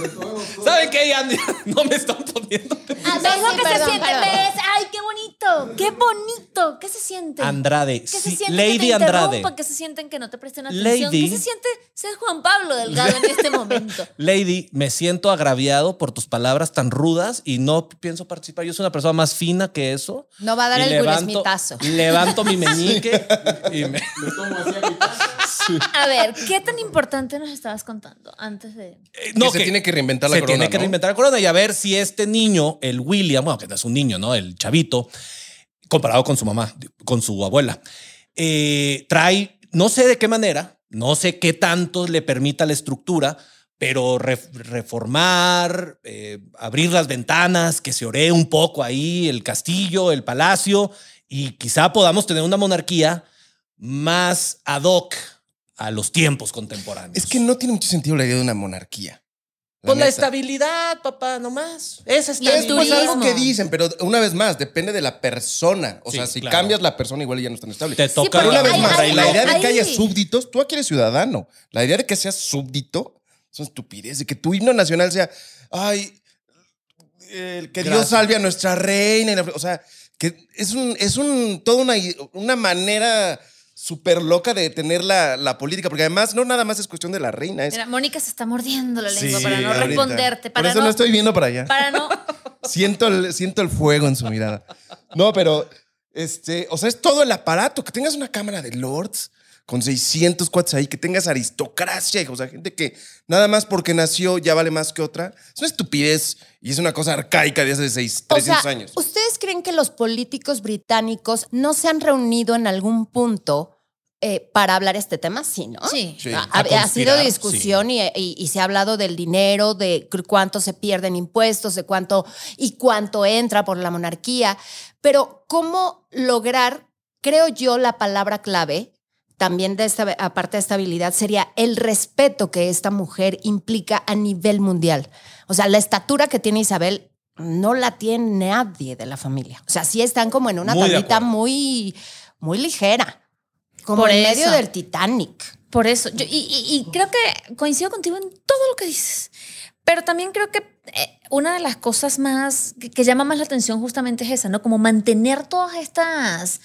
C: Retomemos todo.
B: ¿Saben qué? Ya no me están poniendo.
A: Ah,
D: Sí,
A: ¿Ves lo
D: sí,
A: que
D: perdón,
A: se siente?
D: perdón.
A: ¿Ves? ¡Ay, qué bonito! ¡Qué bonito! ¿Qué se siente?
B: Andrade,
A: ¿Qué se
B: sí,
A: siente que
B: Lady
A: te
B: Andrade.
A: interrumpan? ¿Qué se sienten que no te presten atención?
B: Lady.
A: ¿Qué se siente ser Juan Pablo Delgado en este momento?
B: Lady, me siento agraviado por tus palabras tan rudas y no pienso participar. Yo soy una persona más fina que eso.
D: No va a dar
B: Y
D: el Will Smithazo.
B: Levanto mi meñique y me-
A: A ver, ¿qué tan importante nos estabas contando antes de...?
B: Eh,
C: Que se tiene que reinventar la
B: se
C: corona,
B: tiene que
C: ¿no?
B: reinventar la corona y a ver si este niño, el William, bueno, que no es un niño, ¿no? El chavito, comparado con su mamá, con su abuela, eh, trae, no sé de qué manera, no sé qué tanto le permita la estructura, pero re- reformar, eh, abrir las ventanas, que se ore un poco ahí el castillo, el palacio, y quizá podamos tener una monarquía más ad hoc a los tiempos contemporáneos.
C: Es que no tiene mucho sentido la idea de una monarquía. La
B: Pues la
C: neta.
B: estabilidad, papá, nomás. Esa
A: Y el
C: Es pues,
B: estabilidad.
C: algo
A: turismo.
C: que dicen, pero una vez más, depende de la persona. O
B: Sí,
C: sea, si
B: claro.
C: cambias la persona, igual ya no están estables.
B: Te toca.
C: Pero una vez
A: Hay-
C: más,
A: hay-
C: la
A: hay-
C: idea de que
A: hay-
C: haya súbdictos, tú aquí eres ciudadano. La idea de que seas súbdito es una estupidez. De que tu himno nacional sea, ay, el que Dios
B: Gracias.
C: salve a nuestra reina. y la- O sea, que es un, es un, toda una, una manera súper loca de tener la, la política. Porque además, no nada más es cuestión de la reina. Es,
A: Mira, Mónica se está mordiendo la
B: Sí,
A: lengua para no
C: ahorita.
A: responderte,
C: Por
A: para
C: eso
A: no,
C: no estoy viendo para allá.
A: para no...
C: Siento el, siento el fuego en su mirada. No, pero, este, o sea, es todo el aparato. Que tengas una cámara de lords con 600 cuates ahí, que tengas aristocracia, hijo, o sea, gente que nada más porque nació ya vale más que otra. Es una estupidez y es una cosa arcaica de hace seis,
D: O
C: 300
D: sea,
C: años.
D: ¿ustedes creen que los políticos británicos no se han reunido en algún punto eh, para hablar este tema? Sí, ¿no?
A: Sí.
C: Sí.
B: a
D: Ha, ha- ha sido
B: conspirar,
D: discusión y, y- y se ha hablado del dinero, de cu- cuánto se pierden impuestos, de cuánto y cuánto entra por la monarquía, pero cómo lograr, creo yo, la palabra clave también de esta, aparte de estabilidad, sería el respeto que esta mujer implica a nivel mundial. O sea, la estatura que tiene Isabel no la tiene nadie de la familia. O sea, sí están como en una
B: Muy de
D: tablita
B: acuerdo.
D: muy, muy ligera, como
A: Por
D: en
A: eso.
D: medio del Titanic.
A: Por eso, yo, y, y- y creo que coincido contigo en todo lo que dices, pero también creo que eh, una de las cosas más que, que llama más la atención justamente es esa, ¿no? Como mantener todas estas,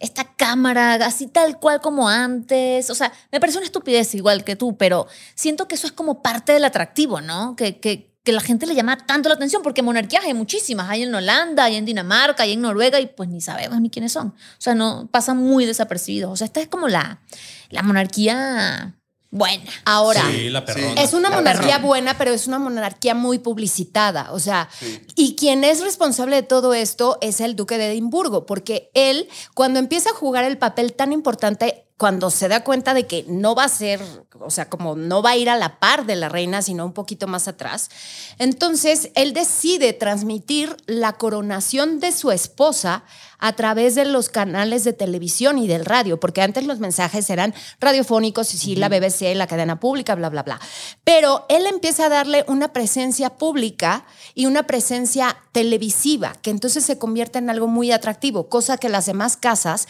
A: esta cámara así tal cual como antes, o sea, me parece una estupidez igual que tú, pero siento que eso es como parte del atractivo, ¿no? Que, que, que la gente le llama tanto la atención, porque monarquías hay muchísimas, hay en Holanda, hay en Dinamarca, hay en Noruega, y pues ni sabemos ni quiénes son. O sea, no pasan muy desapercibidos. O sea, esta es como la, la monarquía buena.
B: Ah,
D: Ahora,
B: Sí, la perrona.
D: es una
C: La
D: monarquía
C: perrona.
D: buena, pero es una monarquía muy publicitada. O sea, y quien es responsable de todo esto es el duque de Edimburgo, porque él, cuando empieza a jugar el papel tan importante, cuando se da cuenta de que no va a ser, o sea, como no va a ir a la par de la reina, sino un poquito más atrás, entonces él decide transmitir la coronación de su esposa a través de los canales de televisión y del radio, porque antes los mensajes eran radiofónicos y sí, la BBC, la cadena pública, bla, bla, bla. Pero él empieza a darle una presencia pública y una presencia televisiva, que entonces se convierte en algo muy atractivo, cosa que las demás casas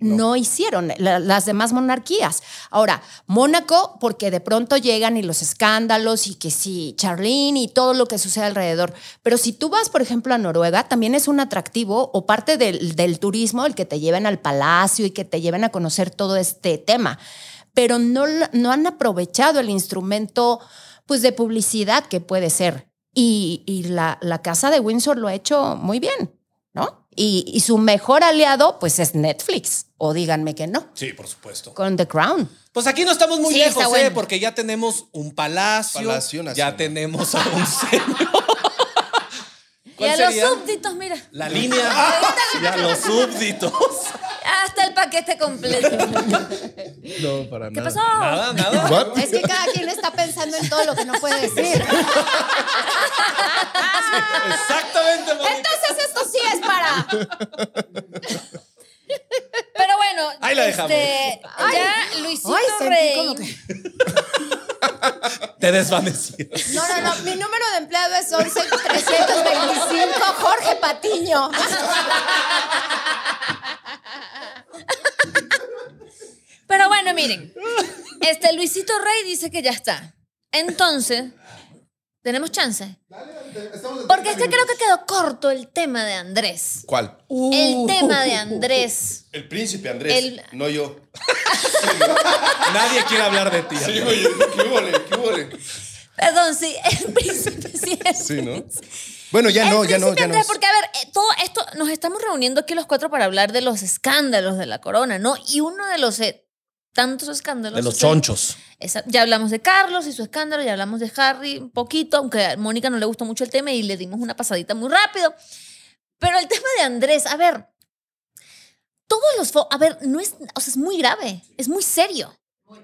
D: no, hicieron la- las demás monarquías. Ahora, Mónaco, porque de pronto llegan y los escándalos y que sí, Charlene y todo lo que sucede alrededor. Pero si tú vas, por ejemplo, a Noruega, también es un atractivo o parte del, del turismo el que te lleven al palacio y que te lleven a conocer todo este tema. Pero no, la- no han aprovechado el instrumento pues, de publicidad que puede ser. Y, y la, la casa de Windsor lo ha hecho muy bien. ¿no? Y, y su mejor aliado, pues es Netflix. O díganme que no,
B: Sí, por supuesto.
D: con The Crown.
B: Pues aquí no estamos muy
D: Sí,
B: lejos,
D: está
B: ¿eh?
D: bueno.
B: Porque ya tenemos un palacio.
C: Palacio Nacional.
B: ya tenemos a un señor.
A: Y
B: ¿Cuál
A: a
B: sería?
A: los súbditos, mira,
B: La línea. y a los súbditos.
A: hasta el paquete completo.
C: No, para
A: ¿Qué
C: nada.
A: pasó?
B: Nada, nada.
C: What?
D: Es que cada quien está pensando en todo lo que no puede decir.
B: Exactamente, Mónica.
D: Entonces esto sí es para.
A: Pero bueno,
B: Ahí la dejamos.
A: este, ya Luisito
D: Ay, sentí como
A: Rey.
D: que-
B: Te desvanecías.
D: No, no, no. Mi número de empleado es 11325 Jorge Patiño.
A: Pero bueno, miren. Este Luisito Rey dice que ya está. Entonces, tenemos chance. Porque es que creo que quedó corto el tema de Andrés.
C: ¿Cuál?
A: El tema de Andrés.
C: El príncipe Andrés.
A: El-
C: No yo.
B: Nadie quiere hablar de ti.
C: Sí,
B: amigo.
C: oye, ¿qué huele? ¿Qué huele?
A: Perdón, sí, el príncipe sí es.
C: Sí, ¿no? Bueno, ya
A: El
C: no, ya no,
A: príncipe
C: ya no.
A: Andrés,
C: es-
A: porque a ver, eh, todo esto, nos estamos reuniendo aquí los cuatro para hablar de los escándalos de la corona, ¿no? Y uno de los eh, tantos escándalos.
B: De los
A: es el-
B: chonchos.
A: Esa- ya hablamos de Carlos y su escándalo, ya hablamos de Harry un poquito, aunque a Mónica no le gustó mucho el tema y le dimos una pasadita muy rápido. Pero el tema de Andrés, a ver, todos los... fo- A ver, no es, o sea, es muy grave, es muy serio.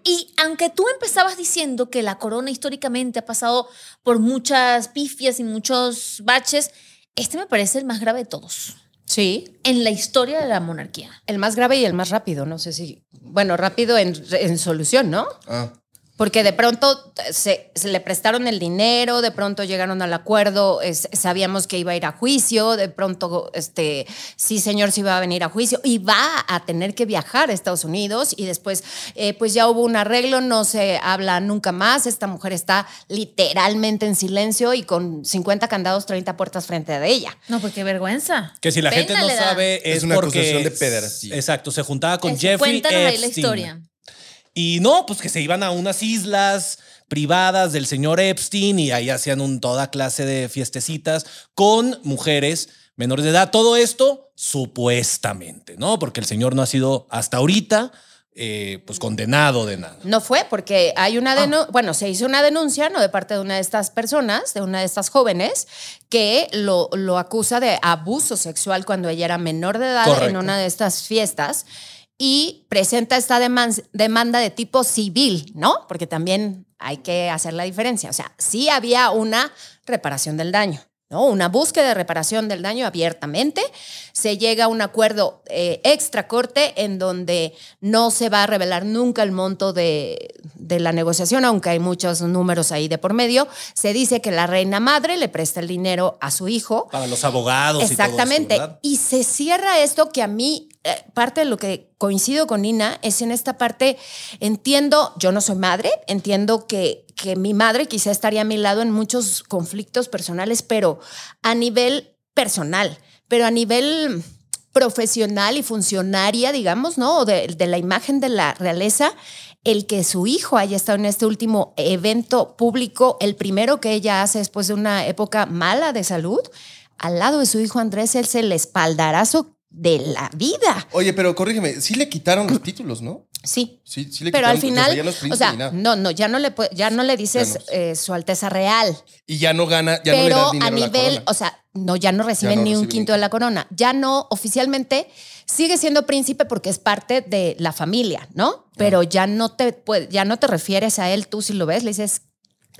A: Y aunque tú empezabas diciendo que la corona históricamente ha pasado por muchas pifias y muchos baches, este me parece el más grave de todos
D: Sí.
A: en la historia de la monarquía.
D: El más grave y el más rápido, no sé si. Bueno, rápido en, en solución, ¿no?
C: Ah,
D: Porque de pronto se, se le prestaron el dinero, de pronto llegaron al acuerdo, es- sabíamos que iba a ir a juicio, de pronto, este, sí señor, sí va a venir a juicio y va a tener que viajar a Estados Unidos y después, eh, pues ya hubo un arreglo, no se habla nunca más, esta mujer está literalmente en silencio y con 50 candados, 30 puertas frente a ella.
A: No, pues qué vergüenza.
B: Que si la
A: Pena
B: gente no
A: le da.
B: sabe es,
C: Es una
B: porque-
C: acusación de pederastía.
B: Exacto, se juntaba con
A: Es-
B: Jeffrey
A: Cuéntanos ahí la
B: Epstein.
A: historia.
B: Y no, pues que se iban a unas islas privadas del señor Epstein y ahí hacían un, toda clase de fiestecitas con mujeres menores de edad. Todo esto supuestamente, ¿no? Porque el señor no ha sido hasta ahorita eh, pues condenado de nada.
D: No fue porque hay una denuncia, bueno, se hizo una denuncia, no de parte de una de estas personas, de una de estas jóvenes, que lo, lo acusa de abuso sexual cuando ella era menor de edad en
B: Correcto.
D: una de estas fiestas y presenta esta deman- demanda de tipo civil, ¿no? Porque también hay que hacer la diferencia. O sea, sí había una reparación del daño. ¿no? Una búsqueda de reparación del daño abiertamente. Se llega a un acuerdo eh, extra corte en donde no se va a revelar nunca el monto de, de la negociación, aunque hay muchos números ahí de por medio. Se dice que la reina madre le presta el dinero a su hijo.
B: Para los abogados
D: Exactamente.
B: y todo esto, ¿verdad?
D: Y se cierra esto que a mí, eh, parte de lo que coincido con Nina es en esta parte, entiendo, yo no soy madre, entiendo que, que mi madre quizá estaría a mi lado en muchos conflictos personales, pero a nivel personal, pero a nivel profesional y funcionaria, digamos, ¿no? O De, de la imagen de la realeza, el que su hijo haya estado en este último evento público, el primero que ella hace después de una época mala de salud, al lado de su hijo Andrés, él es el espaldarazo de la vida.
C: Oye, pero corrígeme, sí le quitaron los títulos, ¿no?
D: Sí.
C: Sí, sí le
D: Pero
C: quitaron títulos,
D: al final,
C: ya no es
D: o
C: príncipe
D: sea, mm,
C: ni nada.
D: no, no, ya no le, pue- ya no le dices
C: Ya no.
D: eh, su Alteza Real,
C: Y ya no gana, ya no le
D: pero
C: das dinero
D: a nivel,
C: la corona.
D: o sea, no, ya no reciben
C: no
D: ni un
C: recibe
D: quinto
C: ni-
D: de la corona, ya no oficialmente sigue siendo príncipe porque es parte de la familia, ¿no? Pero ya no te, puede- ya no te refieres a él, tú si lo ves, le dices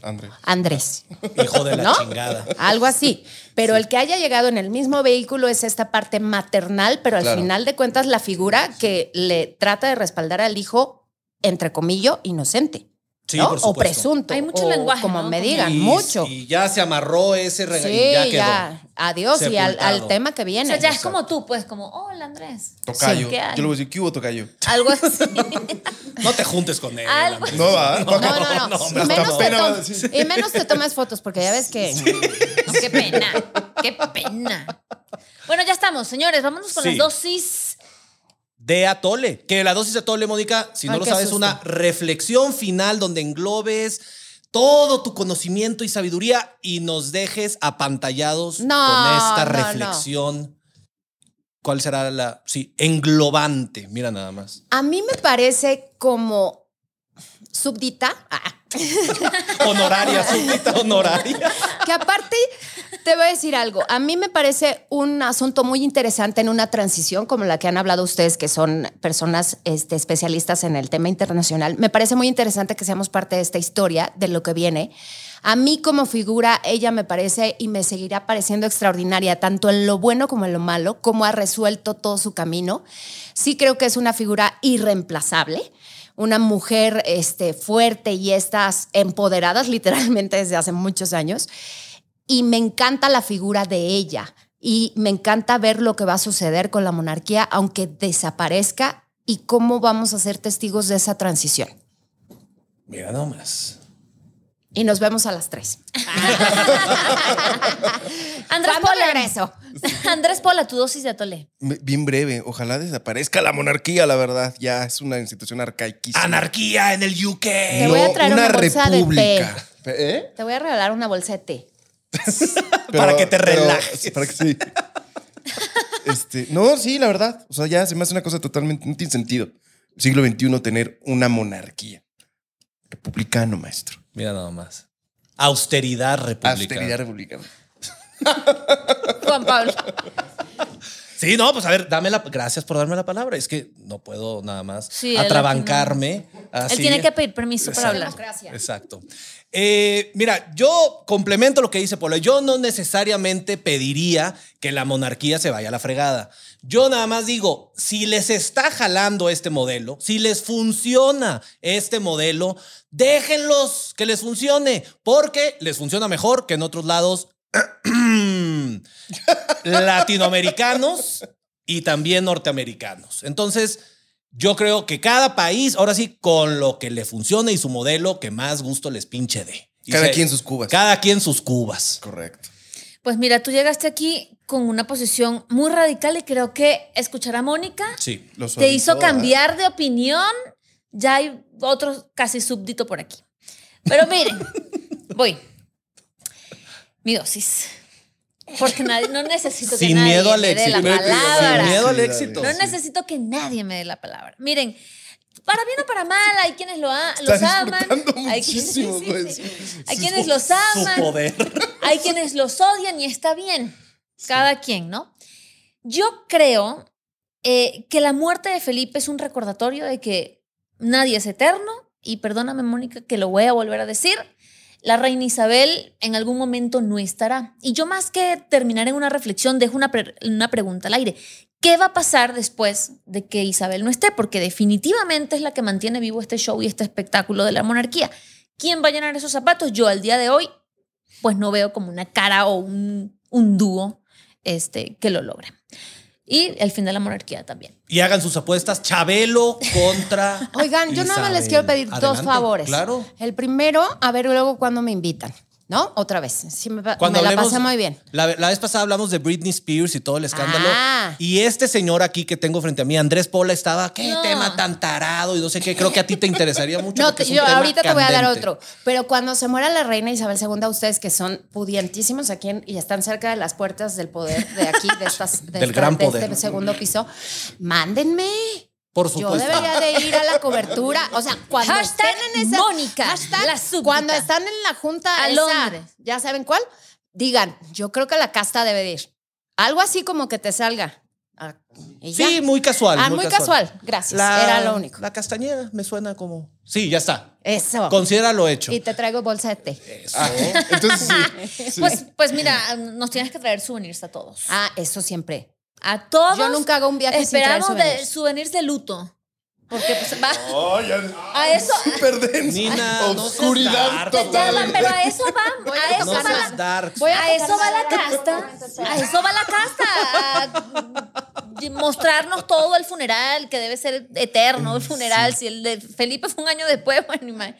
C: André.
D: Andrés.
B: Hijo de la
D: ¿No?
B: chingada.
D: Algo así. Pero el que haya llegado en el mismo vehículo es esta parte maternal, pero al
C: Claro.
D: final de cuentas la figura que le trata de respaldar al hijo, entre comillas, inocente.
B: Sí,
D: ¿no?
B: por
D: o
B: supuesto.
D: presunto.
A: Hay mucho
D: o
A: lenguaje,
D: Como
A: ¿no?
D: me
A: Como-
D: digan,
B: Y-
D: mucho.
B: Y ya se amarró ese regalo
D: sí,
B: ya quedó.
D: ya. Adiós y al,
B: Sepultado.
D: al tema que
A: O
D: viene.
A: sea, ya es como tú, pues, como, hola Andrés.
C: Tocayo.
A: ¿qué hay?
C: Yo le voy a decir, ¿qué hubo, Tocayo?
A: Algo así.
B: No te juntes con él.
A: Algo-
B: Andrés.
C: No, va.
D: No, no, no.
B: No, hombre,
D: y, menos
B: hasta
D: te
C: pena va a
D: tomas-
C: decir.
D: y menos te tomas fotos, porque ya ves que.
A: No, qué pena, qué pena. Bueno, ya estamos, señores. Vámonos con
B: Sí.
A: las dosis.
B: de Atole. Que la dosis de Atole, Mónica, si no
D: Ay,
B: lo
D: qué
B: sabes, es
D: susto.
B: una reflexión final donde englobes todo tu conocimiento y sabiduría y nos dejes apantallados
D: No,
B: con esta
D: no,
B: reflexión. ¿Cuál será la...? Sí, englobante. Mira nada más.
D: A mí me parece como súbdita. Ah.
B: Honoraria, súbdita honoraria.
D: Que aparte, te voy a decir algo. A mí me parece un asunto muy interesante en una transición como la que han hablado ustedes, que son personas este, especialistas en el tema internacional. Me parece muy interesante que seamos parte de esta historia, de lo que viene. A mí como figura, ella me parece y me seguirá pareciendo extraordinaria, tanto en lo bueno como en lo malo, como ha resuelto todo su camino. Sí creo que es una figura irreemplazable una mujer este, fuerte y estas empoderadas literalmente desde hace muchos años. Y me encanta la figura de ella y me encanta ver lo que va a suceder con la monarquía, aunque desaparezca, y cómo vamos a ser testigos de esa transición.
B: Mira nomás.
D: Y nos vemos a las tres.
A: Andrés
D: ¿Cuándo
A: Pola.
D: regreso?
A: Andrés Pola, tu dosis de atole.
C: Me- Bien breve, ojalá desaparezca la monarquía, la verdad. Ya es una institución arcaiquísima.
B: Anarquía en el UK.
D: Te voy a traer una bolsa de té.
C: ¿Eh?
D: Te voy a regalar una bolsa de té.
B: Para que te
C: pero-
B: relajes.
C: Para que sí. Este, no, sí, la verdad. O sea, ya se me hace una cosa totalmente. No tiene sentido. Siglo XXI tener una monarquía. Republicano, maestro.
B: Mira nomás. Austeridad republicana.
C: Austeridad republicana.
A: Juan Pablo.
B: Sí, no, pues a ver, dame la, gracias por darme la palabra. Es que no puedo nada más
A: Sí, él
B: atrabancarme. así.
A: Él tiene que pedir permiso para
B: Exacto.
A: hablar.
B: Exacto. Eh, mira, yo complemento lo que dice Polo. Yo no necesariamente pediría que la monarquía se vaya a la fregada. Yo nada más digo, si les está jalando este modelo, si les funciona este modelo, déjenlos que les funcione, porque les funciona mejor que en otros lados latinoamericanos y también norteamericanos. Entonces, yo creo que cada país, ahora sí, con lo que le funcione y su modelo que más gusto les pinche dé. Y
C: Cada
B: se-
C: quien sus cubas.
B: Cada quien sus cubas.
C: Correcto.
A: Pues mira, tú llegaste aquí con una posición muy radical y creo que escuchar a Mónica
B: Sí.
C: Lo
A: te hizo
C: suavizó,
A: cambiar de opinión. Ya hay otro casi súbdito por aquí. Pero miren, voy. Mi dosis. Porque nadie, no necesito que
B: Sin
A: nadie
B: miedo al
A: me dé la
B: éxito.
A: palabra.
B: Sin miedo al
C: Sí,
B: éxito.
A: No necesito que nadie me dé la palabra. Miren, para bien o para mal, hay quienes lo a- los
C: Está
A: aman.
C: disfrutando
A: Hay quienes,
C: muchísimo,
A: sí,
C: güey.
A: sí. Hay
C: Su-
A: quienes los
B: Su
A: aman,
B: poder.
A: hay quienes los odian y está bien. Cada quien, ¿no? Yo creo eh, que la muerte de Felipe es un recordatorio de que nadie es eterno. Y perdóname, Mónica, que lo voy a volver a decir. La reina Isabel en algún momento no estará. Y yo más que terminar en una reflexión, dejo una, pre- una pregunta al aire. ¿Qué va a pasar después de que Isabel no esté? Porque definitivamente es la que mantiene vivo este show y este espectáculo de la monarquía. ¿Quién va a llenar esos zapatos? Yo al día de hoy, pues no veo como una cara o un, un dúo este, que lo logre. Y el fin de la monarquía también.
B: Y hagan sus apuestas. Chabelo contra.
D: Oigan, yo nada más les
B: Isabel.
D: quiero pedir dos
B: Adelante,
D: favores.
B: Claro.
D: El primero, a ver luego cuando me invitan, ¿no? Otra vez. Sí, me, pa-
B: Cuando
D: me la
B: hablemos-
D: pasé muy bien.
B: La, la vez pasada hablamos de Britney Spears y todo el escándalo.
D: Ah.
B: Y este señor aquí que tengo frente a mí, Andrés Pola, estaba, qué
A: No.
B: tema tan tarado y no sé qué. Creo que a ti te interesaría mucho.
D: No,
B: porque es
D: te-
B: un
D: yo
B: tema
D: ahorita te voy a dar
B: candente.
D: otro. Pero cuando se muera la reina Isabel II, ustedes que son pudientísimos aquí en- y están cerca de las puertas del poder de aquí, de estas, de
B: Del
D: esta-
B: gran
D: de
B: poder.
D: este segundo piso, mándenme.
B: Por
D: Yo
B: supuesto.
D: debería de ir a la cobertura. O sea, cuando
A: Hashtag
D: estén en esa.
A: Mónica,
D: Hashtag,
A: la súbdita.
D: cuando están en la junta
A: A
D: esa,
A: Londres.
D: ya saben cuál, digan, yo creo que la casta debe de ir. Algo así como que te salga. Ah, y ya.
B: Sí, muy casual.
D: Ah, muy casual. Gracias. Era lo único.
B: La castañeda me suena como. Sí, ya está.
D: Eso.
B: Considéralo hecho.
D: Y te traigo bolsa de té.
C: Ah, entonces sí. sí.
A: Pues, pues mira, nos tienes que traer souvenirs a todos.
D: Ah, eso siempre.
A: A todos.
D: Yo nunca hago un viaje sin traer
A: Esperamos de
D: souvenirs.
A: souvenirs de luto. Porque pues, va.
C: Oh, ya-
A: A eso.
C: Super denso.
B: Nina, no seas
C: Oscuridad
B: dark.
A: Ya va,
C: total.
A: pero a eso va.
D: Voy
A: A
D: a
A: eso
B: no
A: va.
D: tocar
B: seas
A: la-
B: dark.
D: Voy
A: A eso va la
D: tocar-
A: casta. A eso va la casta. a mostrarnos todo el funeral, que debe ser eterno el funeral. Si el de Felipe fue un año después, bueno, ima-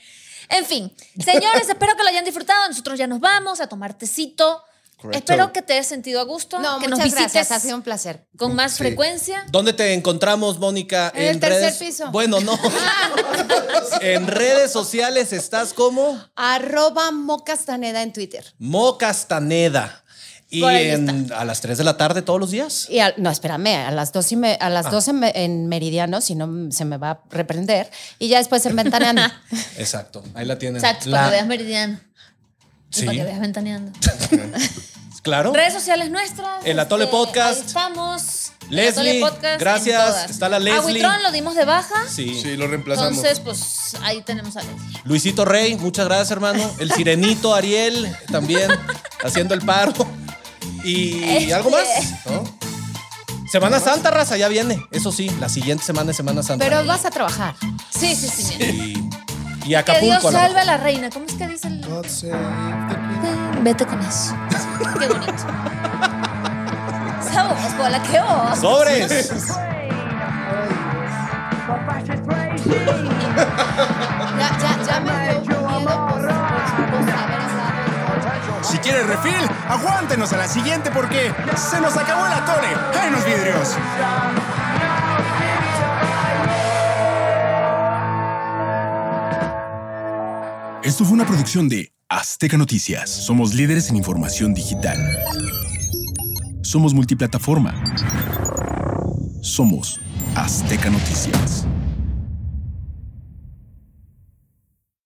A: En fin, señores, espero que lo hayan disfrutado. Nosotros ya nos vamos a tomar tecito.
C: Correcto.
A: Espero que te hayas sentido a gusto.
D: No,
A: que
D: muchas
A: nos visites
D: gracias. Ha sido un placer.
A: con más
C: Sí.
A: frecuencia.
B: ¿Dónde te encontramos, Mónica?
D: En el tercer
B: redes-
D: piso.
B: Bueno, no. en redes sociales estás como
D: Arroba mocastaneda en Twitter.
B: Mo Castaneda. Y
D: Por ahí
B: en- a las 3 de la tarde todos los días.
D: Y al- no, espérame, a las 12, y me- a las
B: Ah.
D: 12 me- en Meridiano, si no m- se me va a reprender. Y ya después en Ventaneando.
B: Exacto. Ahí la tienen.
A: Exacto,
B: La-
A: para que veas Meridiano. Y
B: Sí.
A: Para que veas Ventaneando.
B: Claro.
A: Redes sociales nuestras. este,
B: El Atole Podcast.
A: ahí estamos. El
B: Leslie,
A: Atole Podcast en
B: gracias.
A: todas.
B: Está la Leslie.
A: A Huitrón lo dimos de baja.
B: Sí.
C: Sí, lo reemplazamos.
A: Entonces, pues ahí tenemos a Leslie.
B: Luisito Rey, muchas gracias, hermano. El sirenito Ariel también haciendo el paro. Y
A: Este.
B: algo más, ¿no? Semana Santa, raza, ya viene. Eso sí, la siguiente semana es Semana Santa.
D: Pero vas a trabajar.
A: Sí, sí, sí.
B: y, y
A: Que
B: Acapulco.
A: Dios
B: a lo
A: salve a
B: mejor.
A: la reina. ¿Cómo es que dice el.?
C: God save the queen.
A: Vete con eso. Qué bonito. Esa voz, bola, qué voz.
B: ¡Sobres!
D: Ya, ya, ya me dio miedo por, por- por saber hablar.
L: Si quieres refil, aguántenos a la siguiente porque se nos acabó la tole. ¡Ay, los vidrios!
M: Esto fue una producción de Azteca Noticias. Somos líderes en información digital. Somos multiplataforma. Somos Azteca Noticias.